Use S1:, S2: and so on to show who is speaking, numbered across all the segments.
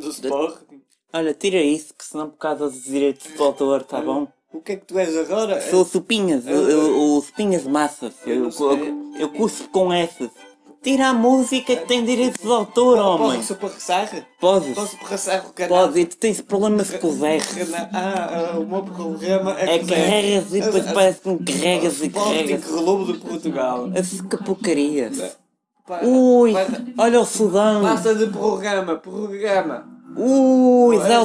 S1: do
S2: Da-
S1: Sporting.
S2: Olha, tira isso, que senão por causa dos direitos de autor, tá bom?
S1: O que é que tu és agora?
S2: Sou o supinhas, eu, eu, o supinhas massas.
S1: Eu
S2: Eu,
S1: não
S2: eu, eu,
S1: sei.
S2: curso com essas. Tira a música que tem direitos de autor, homem.
S1: Posso parraçar?
S2: Podes,
S1: Posso parraçar o canal?
S2: podes, e tu tens problemas com os erros.
S1: Rena- Ah, ah, o meu programa é,
S2: É carregas e depois parece que me carregas e
S1: Sporting
S2: carregas.
S1: Clube de Portugal.
S2: Essa que porcaria.
S1: Para-
S2: Ui,
S1: para-
S2: olha o Sudão.
S1: Passa de programa, programa.
S2: Ui,
S1: É-
S2: dá o
S1: é- Não,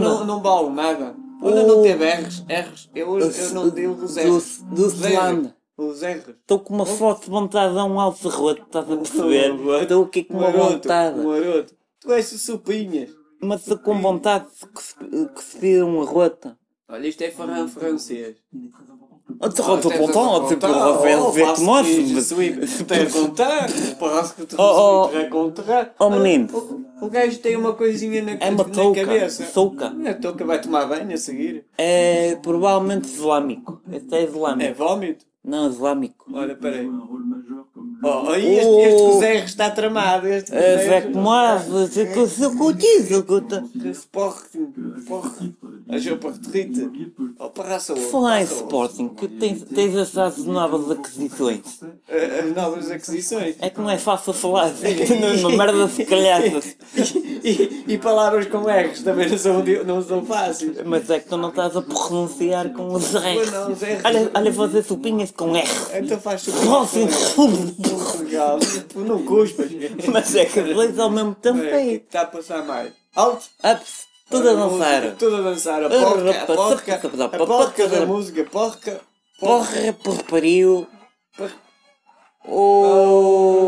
S2: slam.
S1: não vale nada. Olha, não
S2: Oh.
S1: teve erros, erros. Eu, hoje- eu não digo os erros.
S2: Do- do
S1: Os erros.
S2: Slano.
S1: Os erros.
S2: Estou com uma forte vontade de dar um alto roto, estás a perceber?
S1: Maroto,
S2: Estou aqui com uma
S1: um maroto, um
S2: vontade.
S1: maroto. Tu és o supinhas.
S2: Mas estou com vontade de cusp- cuspir uma rota.
S1: Olha, isto é Ferran francês.
S2: Outro
S1: Ah,
S2: roto
S1: tens a
S2: pontão, outro
S1: contar.
S2: roto
S1: Oh,
S2: verde
S1: faço que
S2: moço.
S1: isso, Tem a contar. Parece que tu
S2: Oh, oh.
S1: resolves contar.
S2: Oh,
S1: Olha,
S2: menino.
S1: o- O gajo tem uma coisinha na,
S2: É uma
S1: na
S2: touca,
S1: cabeça.
S2: touca.
S1: É touca, vai tomar banho a seguir.
S2: É provavelmente islâmico. Este é
S1: É
S2: islâmico.
S1: vómito.
S2: Não, islâmico.
S1: Olha, peraí. Oh, aí este, este
S2: Oh.
S1: Zé está tramado. Este
S2: É Zé
S1: Guterres.
S2: Comadas, é que eu sou contigo. que eu tô-
S1: Que Sporting, Sporting, a Jopartrita, oh, parraça
S2: Por Falar em Sporting, que tens, tens achado de novas aquisições.
S1: As novas aquisições.
S2: É que não é fácil falar assim, numa merda se calhar.
S1: E, e palavras com R's também não são, di- não são fáceis.
S2: Mas é que tu não estás a pronunciar com os R's.
S1: não, os R's.
S2: Olha, olha, fazer supinhas com R.
S1: Então faz tu
S2: Rosin,
S1: Portugal, tu não cuspas.
S2: Tipo, Mas é que dois ao mesmo tempo
S1: É, o que
S2: aí.
S1: está a passar mais? Alto!
S2: Ups, tudo a dançar.
S1: Tudo a dançar, a
S2: rapaz,
S1: porca, a porca,
S2: sabe, sabe, sabe,
S1: a porca
S2: sabe.
S1: da música, porca, porca.
S2: Porra, por pariu.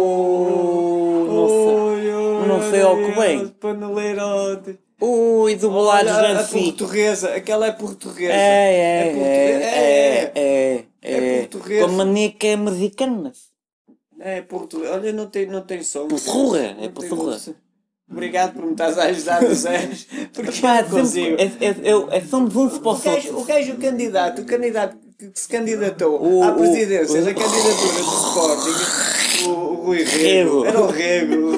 S1: Oh.
S2: Oh, nossa. Não sei ao que vem.
S1: Paneleirote.
S2: Ui, do bolado
S1: Olha, a
S2: Nancy.
S1: portuguesa, aquela é portuguesa.
S2: É,
S1: É
S2: é,
S1: portuguesa.
S2: é, é,
S1: É,
S2: é,
S1: É
S2: é.
S1: portuguesa.
S2: Com manica mexicana.
S1: é, portuguesa. Olha, não tem, não tem som.
S2: Porra,
S1: Não
S2: é
S1: tem
S2: porra.
S1: som. Obrigado por me estás a ajudar, José. Porque
S2: Pá,
S1: eu não consigo.
S2: sempre- é, é, eu- é, somos uns para
S1: O
S2: os
S1: gajo, o
S2: outros.
S1: gajo candidato, o candidato que que se candidatou
S2: O-
S1: à
S2: o-
S1: presidência
S2: o-
S1: da candidatura do Sporting, o, o Rui Rego.
S2: Rego.
S1: Era o Rego.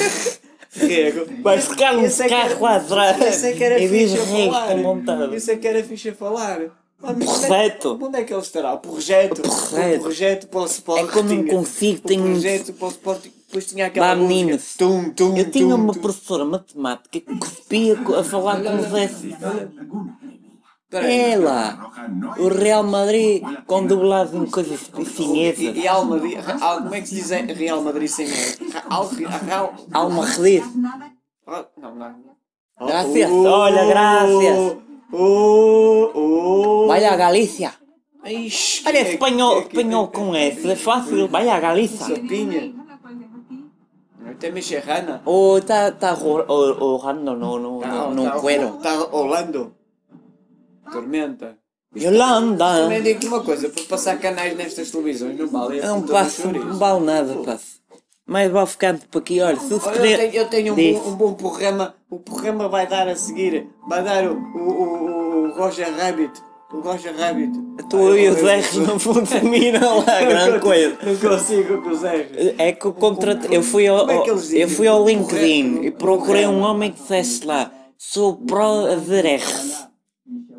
S1: Rego.
S2: Vai ficar um
S1: Esse é que era-
S2: carro atrás.
S1: Esse é que era
S2: E diz
S1: fixe
S2: tá.
S1: a
S2: rei
S1: falar.
S2: com vontade.
S1: Isso é que era fixe a falar. Mano, mas
S2: Projeto.
S1: Onde é, onde é que ele estará? O projeto.
S2: projeto.
S1: O projeto para o Sporting.
S2: É que eu não consigo,
S1: O
S2: tenho um-
S1: projeto para o Sporting. Depois tinha aquela
S2: Vá,
S1: música.
S2: meninos.
S1: Tum, tum,
S2: Eu tinha
S1: tum,
S2: uma
S1: tum.
S2: professora de matemática que cuspia co- a falar com os S.
S1: Espera aí.
S2: É lá. O Real Madrid com dublado um em coisas
S1: E-
S2: chinesas.
S1: Real Madrid, Real- como é que se diz Real Madrid sem R? Real, Real,
S2: Alma redis.
S1: Real- não, não.
S2: Gracias. Olha, gracias.
S1: Oh, oh.
S2: Vai à Galícia.
S1: Ixi,
S2: Olha,
S1: É que-
S2: espanhol,
S1: que- que-
S2: espanhol com S. É fácil. Vai à Galícia.
S1: Sopinha. é Até me serrana.
S2: Oh, está tá orando. Não, não, não,
S1: tá
S2: não puedo.
S1: Está Holando. Tormenta.
S2: Yolanda.
S1: Também digo uma coisa, por passar canais nestas televisões não vale.
S2: Eu não é um passo, não vale nada, passo. Mas vou ficando por aqui. Olha, se o
S1: Olha, eu tenho, eu tenho um,
S2: Diz.
S1: bom, um bom programa. O programa vai dar a seguir. Vai dar o, o, o, o Roger Rabbit. O Roger Rabbit.
S2: Tu e
S1: Ai,
S2: os
S1: eu-
S2: R's não funcionam lá, grande coisa.
S1: Não consigo com os erros.
S2: É que eu contratei. Eu fui ao,
S1: Como é que eles dizem?
S2: eu fui ao LinkedIn e procurei um
S1: Correto.
S2: homem que dissesse lá: sou pró a ver R's.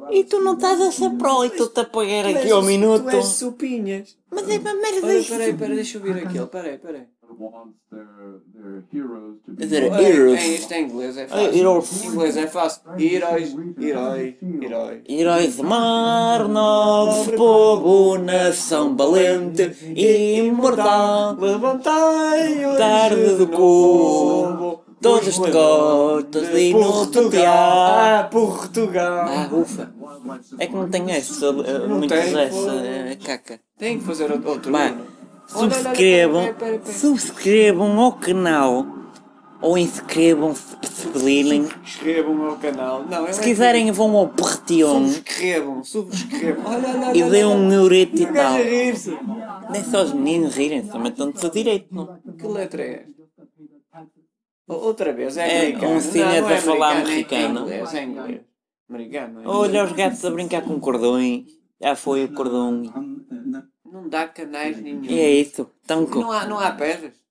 S2: E tu não estás a ser pró e tu te a pagar aqui ao minuto.
S1: Tu és supinhas.
S2: Mas é uma merda
S1: Olha,
S2: isso.
S1: peraí, peraí, deixa eu ver aquilo. Peraí, peraí.
S3: wants their their heroes to be
S2: Is it a-
S3: more
S2: Heroes.
S1: É, é, isto em inglês é
S2: Ah,
S1: fácil.
S2: heroes.
S1: Em inglês é fácil. Heróis, herói, herói.
S2: Heróis do mar, nobre povo, nação valente e imortal.
S1: Levantai hoje
S2: Tarde do
S1: de novo
S2: cu, todos
S1: os
S2: decotas
S1: de
S2: e no
S1: Portugal. Ah,
S2: Portugal.
S1: Portugal.
S2: Ah, ufa. É que não tenho essa, uh,
S1: Não
S2: muitas
S1: tem.
S2: essa uh, caca.
S1: Tem que fazer outro. outro
S2: Vai.
S1: número. Olha, olha, olha,
S2: Subscrevam,
S1: pera, pera, pera.
S2: subscrevam ao canal ou inscrevam-se se pedirem.
S1: Subscrevam ao canal. Não, eu
S2: Se
S1: é
S2: quiserem vão ao
S1: que-
S2: Porteão
S1: Subscrevam, subscrevam. Olha, olha,
S2: e
S1: olha,
S2: dêem
S1: olha.
S2: um neurito
S1: O
S2: e
S1: gajo
S2: tal.
S1: a rir-se.
S2: Nem só os meninos rirem, também estão do seu direito, não?
S1: Que letra é esta? O- Outra vez,
S2: É,
S1: é americano.
S2: um chinês
S1: Não, não é
S2: a falar
S1: É
S2: americano.
S1: inglês, é inglês. Americano. é
S2: Olha
S1: inglês.
S2: os gatos a brincar com cordões. Já foi o cordão.
S1: Não dá canais nenhum.
S2: E é isso, tão
S1: Não há, não há pedras.